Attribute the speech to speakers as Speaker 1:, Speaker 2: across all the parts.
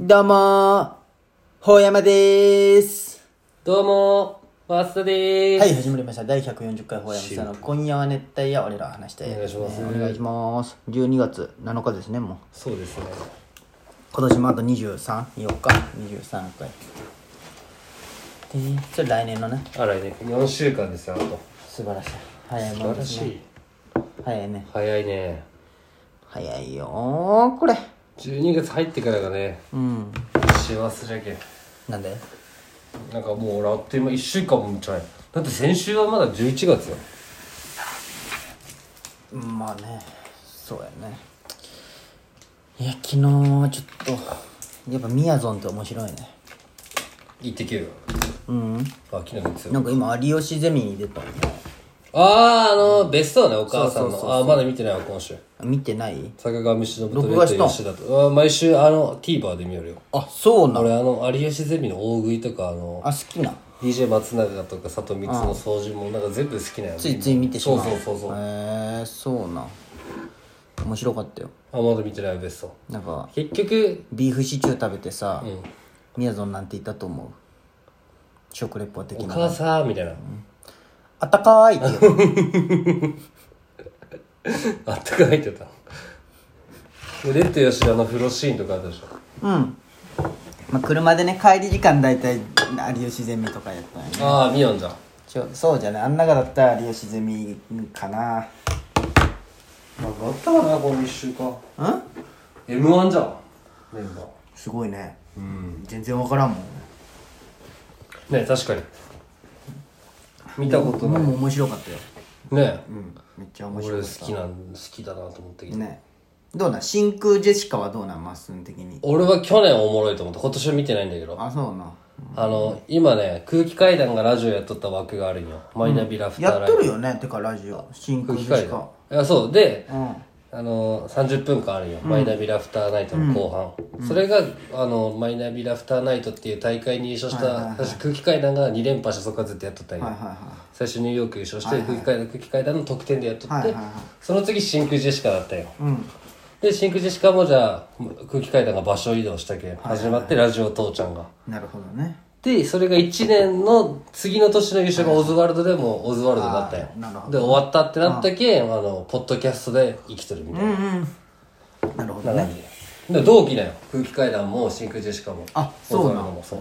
Speaker 1: どうもー、ほうやまでーす。
Speaker 2: どうもワッサでー
Speaker 1: は
Speaker 2: す。
Speaker 1: い、始まりました。第140回ほうやまさんの今夜は熱帯夜、俺らは話したい。
Speaker 2: お願いします
Speaker 1: ねお願いします。12月7日ですね、もう。
Speaker 2: そうですね。
Speaker 1: 今年もあと23、4日、23回。で、それ来年のね、
Speaker 2: あらね、4週間ですよ、あと。
Speaker 1: 素晴らしい。早い
Speaker 2: 素
Speaker 1: もん
Speaker 2: 晴
Speaker 1: で
Speaker 2: ら
Speaker 1: す
Speaker 2: し
Speaker 1: ね。
Speaker 2: い。
Speaker 1: 早いね。
Speaker 2: 早いね。
Speaker 1: 早いよー、これ。
Speaker 2: 12月入ってからがね、
Speaker 1: うん。
Speaker 2: 幸せじゃけん。
Speaker 1: なんで
Speaker 2: なんかもう俺あっという間1週間もちゃい。だって先週はまだ11月よ。
Speaker 1: まあねそうやねいや昨日はちょっとやっぱみやぞんって面白いね
Speaker 2: 行ってきるよ。
Speaker 1: うん
Speaker 2: あ、昨日のやつよ。
Speaker 1: なんか今有吉ゼミに出たのね
Speaker 2: あー、あの、別荘ね、お母さ
Speaker 1: そうそう
Speaker 2: ん
Speaker 1: そう
Speaker 2: の。
Speaker 1: そう
Speaker 2: あー、まだ見てないわ、今週。
Speaker 1: 見てない
Speaker 2: 坂上忍と
Speaker 1: 録画した
Speaker 2: レッド吉田と。あー毎週、あの、TVer で見よるよ。
Speaker 1: あそうなの
Speaker 2: 俺、あの、有吉ゼミの大食いとか、あの、
Speaker 1: あ好きな
Speaker 2: DJ 松永とか佐藤光の掃除もなんか全部好きなや
Speaker 1: ついつい見てしまう
Speaker 2: そうそうそうそう
Speaker 1: へえー、そうなん面白かったよ
Speaker 2: あまだ見てないベスト
Speaker 1: なんか
Speaker 2: 結局
Speaker 1: ビーフシチュー食べてさ、
Speaker 2: ん
Speaker 1: みやぞんなんて言ったと思う食レポ的
Speaker 2: お
Speaker 1: な
Speaker 2: 母さんみたいな、
Speaker 1: あったかーいって言う
Speaker 2: あったかいってたレッド吉田の風呂シーンとかあったでし ょ
Speaker 1: うん、まあ、車でね帰り時間大体有吉ゼミとかやったんやね
Speaker 2: ああミヨンじゃん
Speaker 1: ちょそうじゃねあん中だったら有吉ゼミかな
Speaker 2: なんかあったかなこの1週間
Speaker 1: ん
Speaker 2: m 1じゃんメンバー
Speaker 1: すごいね全然わからんもん
Speaker 2: ね確かに見たこと
Speaker 1: も
Speaker 2: ないう
Speaker 1: 面白かったよ
Speaker 2: ね
Speaker 1: うんめっちゃ面
Speaker 2: 俺
Speaker 1: 白
Speaker 2: 好
Speaker 1: かっ
Speaker 2: きなん好きだなと思ったけ
Speaker 1: た
Speaker 2: ど、
Speaker 1: ねどうなん真空ジェシカはどうなんまっすん的に
Speaker 2: 俺は去年おもろいと思った今年は見てないんだけど
Speaker 1: あそうな
Speaker 2: あの、今ね、空気階段がラジオやっとった枠があるんよ。マイナビラフター
Speaker 1: やっ
Speaker 2: ライ
Speaker 1: と
Speaker 2: ブ。
Speaker 1: るよねてかラジオ真空
Speaker 2: 空
Speaker 1: ジ
Speaker 2: 気
Speaker 1: ェシ
Speaker 2: 階
Speaker 1: カ
Speaker 2: 段。いや、そう。で、
Speaker 1: うん
Speaker 2: あの、30分間あるんよ。マイナビラフターナイトの後半。それが、あの、マイナビラフターナイトっていう大会に優勝した、私空気階段が2連覇してそこからずっとやっとったんよ。
Speaker 1: はいはいは
Speaker 2: 最初ニューヨーク優勝して、空気階段、空気階段の得点でやっと
Speaker 1: は
Speaker 2: っ
Speaker 1: いはい
Speaker 2: て
Speaker 1: はい、
Speaker 2: その次真空ジェシカだったよ。
Speaker 1: いうん
Speaker 2: で、真空ジェシカもじゃあ、空気階段が場所移動したけん、始まってラジオ父ちゃんが。
Speaker 1: なるほどね
Speaker 2: でそれが1年の次の年の優勝がオズワルドでもオズワルドだったよ
Speaker 1: あーなるほ
Speaker 2: で終わったってなったけんあのポッドキャストで生きとるみたいな
Speaker 1: なるほど
Speaker 2: 感
Speaker 1: ね
Speaker 2: じでで同期だよ空気階段も真空ジェシカも
Speaker 1: あそうな
Speaker 2: オズワルド
Speaker 1: の
Speaker 2: もそ
Speaker 1: へ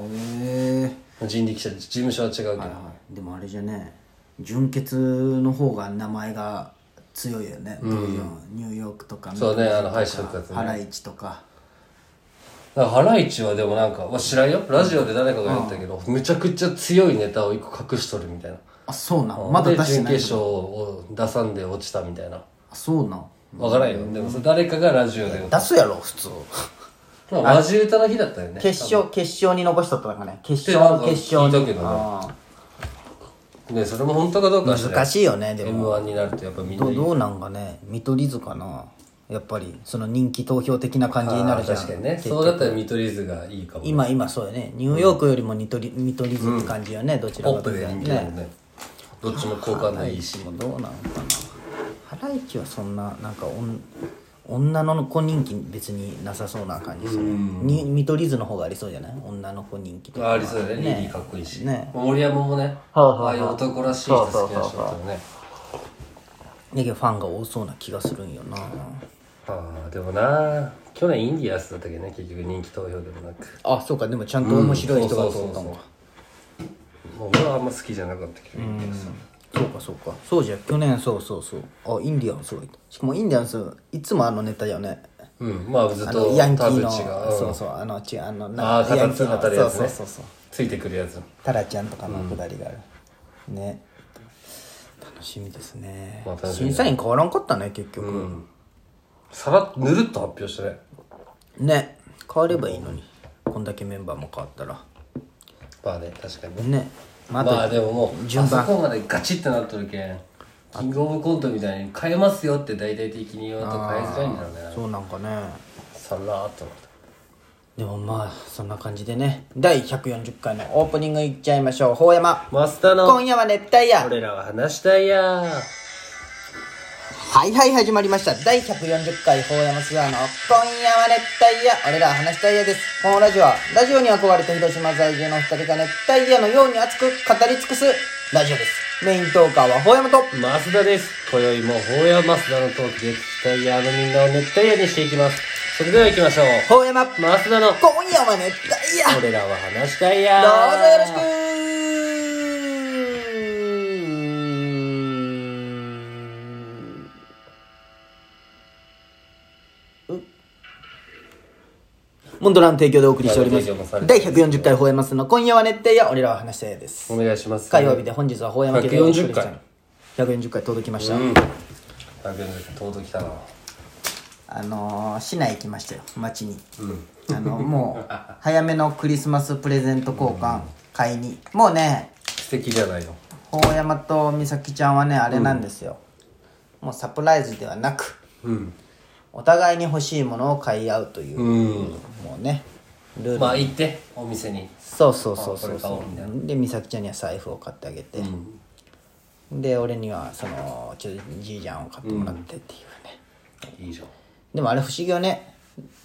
Speaker 1: え
Speaker 2: う人力車事務所は違うけど、
Speaker 1: はいでもあれじゃね純血の方が名前が強いよね、ニューヨークとか
Speaker 2: そうねあの敗者復活ね
Speaker 1: ハライチとか
Speaker 2: だからハライチはでもなんか、まあ、知らんよラジオで誰かが言ったけど、むちゃくちゃ強いネタを一個隠しとるみたいな
Speaker 1: あそうなんまだ
Speaker 2: で
Speaker 1: 出して
Speaker 2: 準
Speaker 1: ない
Speaker 2: 決勝を出さんで落ちたみたいな
Speaker 1: あそうなん
Speaker 2: わからんよ、でもそれ誰かがラジオで
Speaker 1: 出すやろ普通
Speaker 2: まあマジ歌の日だったよね
Speaker 1: 決勝決勝に残しとったからね決
Speaker 2: でなん
Speaker 1: 勝
Speaker 2: か
Speaker 1: 決勝
Speaker 2: 聞い
Speaker 1: に
Speaker 2: たけどね
Speaker 1: あ
Speaker 2: ねそれも本当かどうかは知
Speaker 1: ー
Speaker 2: らない
Speaker 1: 難しいよねでも
Speaker 2: m 1になるとやっぱみんな
Speaker 1: どどうなんかね見取り図かなやっぱりその人気投票的な感じになるじゃん
Speaker 2: 確かにねそうだったら見取り図がいいかも
Speaker 1: 今今そうよねニューヨークよりも見取り見取り図って感じよね、どちらか
Speaker 2: ポップ
Speaker 1: いう
Speaker 2: で
Speaker 1: と
Speaker 2: 人気だもんねどっちも好感度いいし
Speaker 1: もうどうなのかなハライチはそんななんかおん女の子人気別になさそうな感じするに見取り図の方がありそうじゃない女の子人気とか
Speaker 2: あありそうだねリリーかっこいいし
Speaker 1: ね
Speaker 2: 森山もね
Speaker 1: はあはあ
Speaker 2: ああいう男らしい人好きな人だったよね
Speaker 1: だけどファンが多そうな気がするんよな
Speaker 2: ああでもな去年インディアンスだったけどね結局人気投票でもなく
Speaker 1: あそうかでもちゃんと面白い人が
Speaker 2: そ
Speaker 1: 通
Speaker 2: うそ
Speaker 1: っ
Speaker 2: う
Speaker 1: た
Speaker 2: そう
Speaker 1: もん
Speaker 2: もう俺はあんま好きじゃなかったけどインディアンス
Speaker 1: そうかそうかそうじゃ去年そうそうそうあインディアンスがいたしかもインディアンスいつもあのネタよね
Speaker 2: うんまあずっ
Speaker 1: あ
Speaker 2: と
Speaker 1: のヤンキー
Speaker 2: 田
Speaker 1: の
Speaker 2: 淵がうん
Speaker 1: そうそうあの違うあの
Speaker 2: ああ
Speaker 1: かヤンキ
Speaker 2: 肩
Speaker 1: ーの
Speaker 2: 当たるやつ
Speaker 1: そう
Speaker 2: ね
Speaker 1: そうそうそう
Speaker 2: ついてくるやつ
Speaker 1: タラちゃんとかのくだりがある、ね楽しみですね、
Speaker 2: まあ楽しみだね
Speaker 1: 審査員変わらんかったね結局、
Speaker 2: さらっとぬるっと発表したね
Speaker 1: ね変わればいいのにこんだけメンバーも変わったら
Speaker 2: まあね確かに
Speaker 1: ねまあ、
Speaker 2: まあでももう
Speaker 1: 順番
Speaker 2: あそこまでガチってなっとるけんキングオブコントみたいに変えますよって大々的に言うと変えづらいんだろうね
Speaker 1: そうなんかね
Speaker 2: さらーっとなって
Speaker 1: でもまあそんな感じでね第140回のオープニングいっちゃいましょうほうやま
Speaker 2: マスターの
Speaker 1: 今夜は熱帯夜
Speaker 2: 俺らは話したいやー
Speaker 1: はいはい始まりました第140回法山ツアーの今夜は熱帯夜俺らは話したいやですこのラジオはラジオに憧れた広島在住の二人が熱帯夜のように熱く語り尽くすラジオですメイントーカーは法山と
Speaker 2: 増田です今宵も法や増田のトークで聞きたいあのみんなを熱帯夜にしていきますそれでは行きましょう
Speaker 1: 法山今
Speaker 2: 増田
Speaker 1: 夜
Speaker 2: の
Speaker 1: は熱帯夜
Speaker 2: 俺らは話したいや
Speaker 1: どうぞよろしくモンドラン提供でお送りしておりま
Speaker 2: い
Speaker 1: す
Speaker 2: やご提供もされ。て
Speaker 1: 第
Speaker 2: ます
Speaker 1: 140回吠えますの今夜は熱帯夜、俺らは話したいです。
Speaker 2: お願いします
Speaker 1: 火曜日で本日は吠えまけでお送りしたい
Speaker 2: 140
Speaker 1: 140回届きました。
Speaker 2: うん140届きたな
Speaker 1: あのー市内行きましたよ、街に。
Speaker 2: うん
Speaker 1: あの、もう、早めのクリスマスプレゼント交換会に。もうね、
Speaker 2: 素敵じゃないの
Speaker 1: 大山と美咲ちゃんはねあれなんですよ、もうサプライズではなく
Speaker 2: うん
Speaker 1: お互いに欲しいものを買い合うという、
Speaker 2: うん
Speaker 1: もうねルール、
Speaker 2: まあ行ってお店に
Speaker 1: そうそうそうそ
Speaker 2: あこ
Speaker 1: う
Speaker 2: れ買おうみたい
Speaker 1: で美咲ちゃんには財布を買ってあげて、で俺にはそのちょっとじいちゃんを買ってもらってっていうね、
Speaker 2: いいじゃん
Speaker 1: でもあれ不思議よね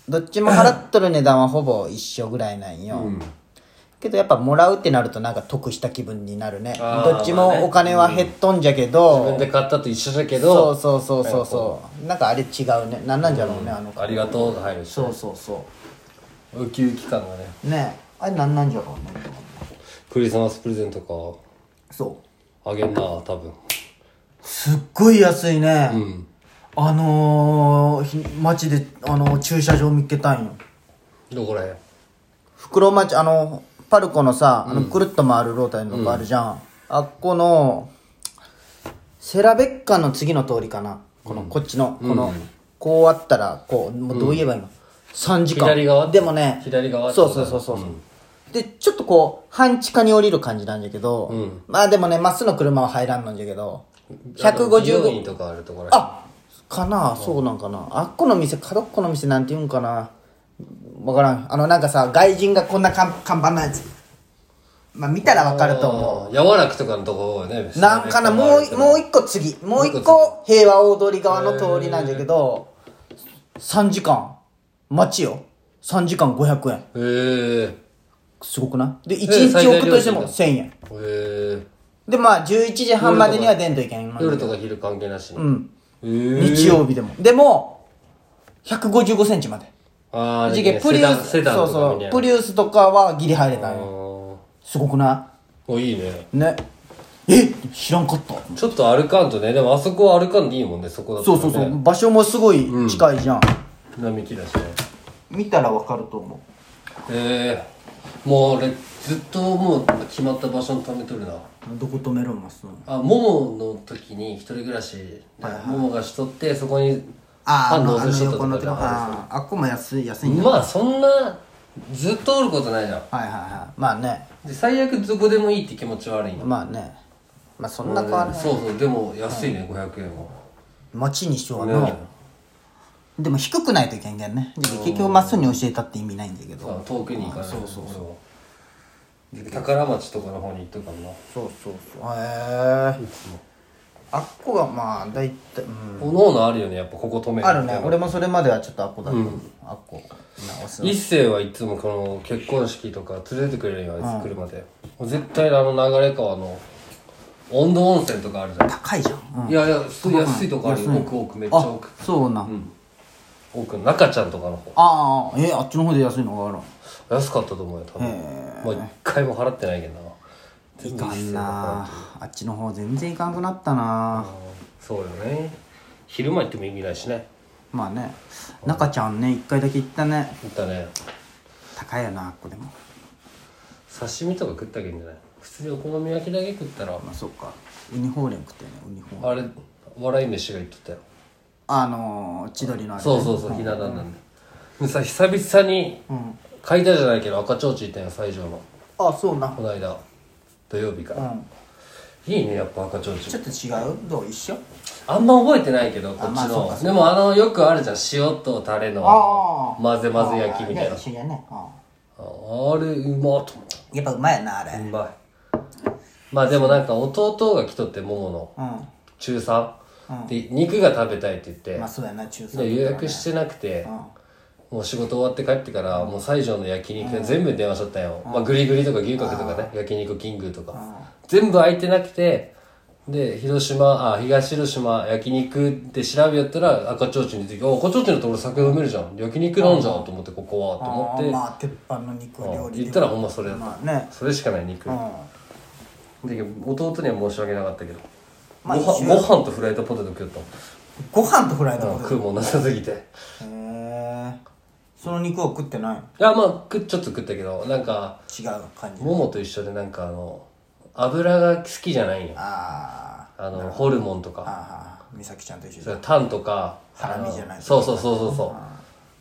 Speaker 1: どっちも払っとる値段はほぼ一緒ぐらいなんよ、けどやっぱもらうってなるとなんか得した気分になるね
Speaker 2: あー
Speaker 1: どっち
Speaker 2: まあね
Speaker 1: もお金は減っとんじゃけど、
Speaker 2: 自分で買ったと一緒だけ
Speaker 1: そう
Speaker 2: ど
Speaker 1: そうそうそうそうなんかあれ違うねなんなんじゃろうね、あの
Speaker 2: ありがとうが入るし
Speaker 1: そうそうそ
Speaker 2: ウキウキ感がね
Speaker 1: うねえあれなんなんじゃろうね
Speaker 2: クリスマスプレゼントか
Speaker 1: そう
Speaker 2: あげんな多分
Speaker 1: すっごい安いね、
Speaker 2: うん
Speaker 1: あのー、ひ街で、あのー駐車場見っけたんよ
Speaker 2: どこらへん
Speaker 1: 袋町あのパルコのさあのくるっと回るロータリーのとこあるじゃん、あっこのセラベッカの次の通りかなこの、こっちのこの、こうあったらこうもうどう言えばいいの、3時間
Speaker 2: 左側
Speaker 1: でもね
Speaker 2: 左側
Speaker 1: そうそうそうそう、でちょっとこう半地下に降りる感じなんだけど、まあでもねまっすぐの車は入らんのんじゃけど
Speaker 2: 美容
Speaker 1: 155
Speaker 2: 院とかあるところあ
Speaker 1: あかなそうなんかなあっこの店角っこの店なんて言うんかなわからんあのなんかさ外人がこんな看看板のやつまあ見たらわかると思
Speaker 2: あー柔らくとかのところね
Speaker 1: うなんかなもうもう一個次もう一個平和大通り側の通りなんだけど3時間待ちよ3時間500円
Speaker 2: うへえ
Speaker 1: すごくないで1
Speaker 2: ええ最
Speaker 1: 日
Speaker 2: 大
Speaker 1: 置くとしても
Speaker 2: 料
Speaker 1: 1000円
Speaker 2: へえ
Speaker 1: でまあ11時半までには出んといけん
Speaker 2: 夜とか昼関係なしうんへえ
Speaker 1: 日曜日でもでも1 5 5ンチまで
Speaker 2: ああ
Speaker 1: じゃけプリウス
Speaker 2: セダン
Speaker 1: そう
Speaker 2: とか
Speaker 1: そ
Speaker 2: みた
Speaker 1: う
Speaker 2: い
Speaker 1: プリウスとかはギリ入れたんよすごくな
Speaker 2: おいいね
Speaker 1: いねえ知らんかった
Speaker 2: ちょっと歩かんとねでもあそこは歩かんでいいもんねそこだと
Speaker 1: そ
Speaker 2: ね
Speaker 1: うそうそう場所もすごい近いじゃん、
Speaker 2: 並木だしね
Speaker 1: 見たらわかると思
Speaker 2: ええもう俺ずっともう決まった場所に貯めとるな
Speaker 1: うどこ止めるんます
Speaker 2: あモモの時に一人暮らしでモモがしとってそこに
Speaker 1: ああ
Speaker 2: パン
Speaker 1: の
Speaker 2: の
Speaker 1: あ
Speaker 2: お寿
Speaker 1: の
Speaker 2: 司と
Speaker 1: 横
Speaker 2: か
Speaker 1: の
Speaker 2: が
Speaker 1: 手のあーあっこも安い安いんだ
Speaker 2: まあそんなずっとおることないじゃん
Speaker 1: はいはいはいまあね
Speaker 2: で最悪どこでもいいって気持ち悪いんよ
Speaker 1: まあねまあそんな変わらない
Speaker 2: そうそうでも安いね500円は
Speaker 1: 街にしよう
Speaker 2: ね
Speaker 1: のでも低くないといけんけんねじゃあ結局まっすぐに教えたって意味ないんだけど
Speaker 2: まあ遠くに行かないそうそうそうで宝町とかの方に行っとかんな
Speaker 1: そうそうそうへえあっこがまあ大体うん
Speaker 2: おのおのあるよねやっぱここ止める
Speaker 1: あるね俺もそれまではちょっとアッコだった、アッコなおす
Speaker 2: 一星はいつもこの結婚式とか連れてってくれるよあいつ車で、もう絶対あの流れ川の温度温泉とかあるじゃん、
Speaker 1: 高いじゃん、うん、
Speaker 2: いやいやそう安いとこあるよ奥奥めっちゃ
Speaker 1: あ
Speaker 2: 奥
Speaker 1: そうなん、
Speaker 2: 奥の中ちゃんとかの方
Speaker 1: ああえあっちの方で安いのがある
Speaker 2: 安かったと思うよ多分もう一回も払ってないけどない
Speaker 1: かんなあっちの方全然いかんくなったな
Speaker 2: そうよね昼間行っても意味ないしね
Speaker 1: まあね中ちゃんね一回だけ行ったね
Speaker 2: 行ったね
Speaker 1: 高いよなあっこでも
Speaker 2: 刺身とか食ったけんじゃない普通にお好み焼きだけ食ったら
Speaker 1: まあそうかウニホーレン食ったよねウニホーレン
Speaker 2: あれ笑い飯が言っとったよ
Speaker 1: あのー、千鳥のあれ
Speaker 2: そうそうそうひな壇なんで、でさ久々に買いたじゃないけど赤ちょうちん行ったよ西条の
Speaker 1: あそうな
Speaker 2: この間土曜日か
Speaker 1: う
Speaker 2: ら、
Speaker 1: ん
Speaker 2: いいねやっぱ赤ちょうち
Speaker 1: ち
Speaker 2: ん
Speaker 1: ょっと違うどう一緒
Speaker 2: あんま覚えてないけどこっちの、
Speaker 1: まあそうか
Speaker 2: でもあのよくあるじゃん塩とタレの
Speaker 1: あー
Speaker 2: 混ぜ混ぜ焼きみたいな
Speaker 1: あ一緒やねあ
Speaker 2: ああれうまっと思った
Speaker 1: やっぱうまいなあれ
Speaker 2: うまいまあでもなんか弟が来とってももの
Speaker 1: うん
Speaker 2: 中3で肉が食べたいって言って、
Speaker 1: まあそうやな中3
Speaker 2: で予約してなくて、もう仕事終わって帰ってからもう西条の焼肉屋全部電話しとったよ、まあ、グリグリとか牛角とかね焼肉キングとか、全部空いてなくてで広島あ東広島焼肉って調べよったら赤ちょうちんに出てきてあ赤ちょうちんだと俺酒飲めるじゃん焼肉なんじゃんと思ってここはと
Speaker 1: あ
Speaker 2: 思っ
Speaker 1: ー
Speaker 2: て、
Speaker 1: まあ鉄板の肉料理
Speaker 2: 言ったらほんまそれだった、
Speaker 1: まあね
Speaker 2: それしかない肉、
Speaker 1: うん
Speaker 2: で弟には申し訳なかったけど、
Speaker 1: まあ
Speaker 2: ご
Speaker 1: 一
Speaker 2: 飯
Speaker 1: 緒
Speaker 2: ご飯とフライドポテト食った
Speaker 1: ご飯とフライド
Speaker 2: の、うん
Speaker 1: ポテ
Speaker 2: 食うもんなさすぎて
Speaker 1: ト
Speaker 2: い
Speaker 1: へえその肉を食ってない
Speaker 2: やまあくちょっと食ったけどなんか
Speaker 1: 違う感じ
Speaker 2: ももと一緒でなんかあの油が好きじゃないんよ
Speaker 1: あー
Speaker 2: あのホルモンとか
Speaker 1: あー美咲ちゃんと一緒
Speaker 2: それ
Speaker 1: だ
Speaker 2: タンとか
Speaker 1: ハラミじゃない
Speaker 2: あのそうそうそうそうそう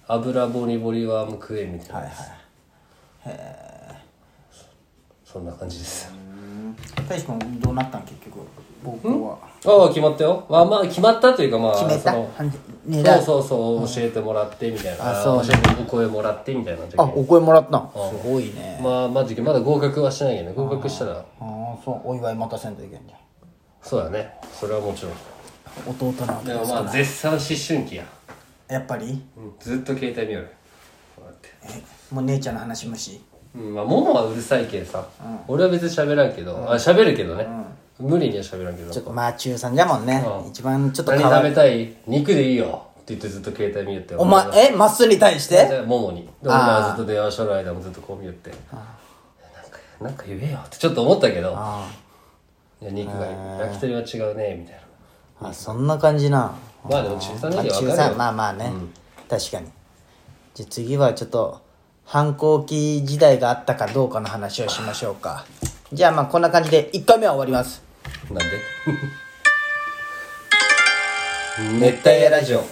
Speaker 2: 油ボリボリはもう食えみたいな、
Speaker 1: はいはい
Speaker 2: そんな感じです
Speaker 1: 大志くんどうなったん結局僕は
Speaker 2: ああ決まったよまあまあ決まったというかまあ
Speaker 1: 決めた
Speaker 2: その
Speaker 1: ねだ
Speaker 2: そうそうそう教えてもらってみたいな、
Speaker 1: あそう
Speaker 2: 教えてお声もらってみたいな時
Speaker 1: あお声もらったんすごいね
Speaker 2: まあマジでまだ合格はしてないけどね合格したら
Speaker 1: ああそうお祝い待たせんといけんじゃん
Speaker 2: そうだねそれはもちろん
Speaker 1: 弟なわけ
Speaker 2: で
Speaker 1: で
Speaker 2: も
Speaker 1: す
Speaker 2: まあ絶賛思春期や、
Speaker 1: やっぱり
Speaker 2: うん、ずっと携帯見よるこうやって
Speaker 1: えもう姉ちゃんの話無視
Speaker 2: うんまあももはうるさいけんさ、俺は別に喋らんけど、あ喋るけどね、無理には喋らんけど
Speaker 1: ちょっとまあ中3じゃもんね
Speaker 2: うん
Speaker 1: 一番ちょっと
Speaker 2: 何
Speaker 1: かわ
Speaker 2: 食
Speaker 1: いい
Speaker 2: べたい肉でいいよって言ってずっと携帯見よって
Speaker 1: お前えまっすーに対して
Speaker 2: えももにで俺らはずっと電話しとる間もずっとこう見よってなんかなんか言えよってちょっと思ったけどいや肉がいい焼き鳥は違うねみたいな
Speaker 1: あそんな感じな
Speaker 2: まあでも中3
Speaker 1: ま
Speaker 2: だ
Speaker 1: あ
Speaker 2: け
Speaker 1: 中
Speaker 2: ど分かる
Speaker 1: 3
Speaker 2: よ
Speaker 1: まあまあね確かにじゃあ次はちょっと反抗期時代があったかどうかの話をしましょうかじゃあまあこんな感じで1回目は終わります
Speaker 2: なんで 熱帯夜ラジオ